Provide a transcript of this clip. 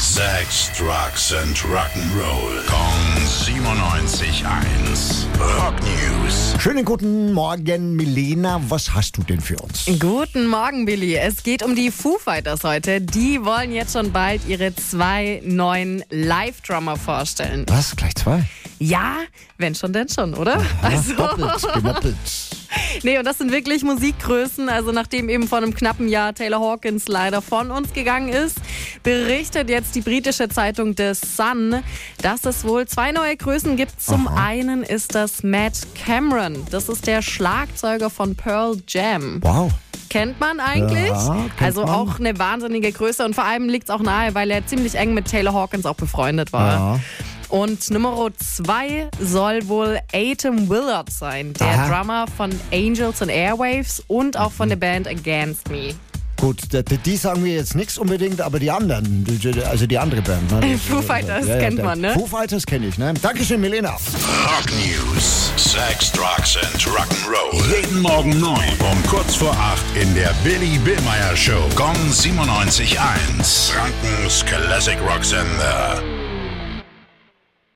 Sex, Drugs and Rock'n'Roll. Kong 97.1. Rock News. Schönen guten Morgen, Milena. Was hast du denn für uns? Guten Morgen, Billy. Es geht um die Foo Fighters heute. Die wollen jetzt schon bald ihre zwei neuen Live-Drummer vorstellen. Was? Gleich zwei? Ja, wenn schon, denn schon, oder? Also, Doppelt, gemoppelt. nee, und das sind wirklich Musikgrößen. Also, nachdem eben vor einem knappen Jahr Taylor Hawkins leider von uns gegangen ist, berichtet jetzt die britische Zeitung The Sun, dass es wohl zwei neue Größen gibt. Zum einen ist das Matt Cameron. Das ist der Schlagzeuger von Pearl Jam. Wow. Kennt man eigentlich. Ja, kennt also man. auch eine wahnsinnige Größe und vor allem liegt es auch nahe, weil er ziemlich eng mit Taylor Hawkins auch befreundet war. Ja. Und Nummer zwei soll wohl Atom Willard sein, der Aha. Drummer von Angels and Airwaves und auch von der Band Against Me. Gut, die, die sagen mir jetzt nichts unbedingt, aber die anderen, die- die- also die andere Band. Ne? Foo Fighters kennt der- man, ne? Foo Fighters kenne ich, ne? Dankeschön, Milena. Rock News. Sex, Drugs and Rock'n'Roll. Jeden Morgen 9 um kurz vor 8 in der Billy Billmeyer Show. Kong 97.1. Frankens Classic Rock Sender.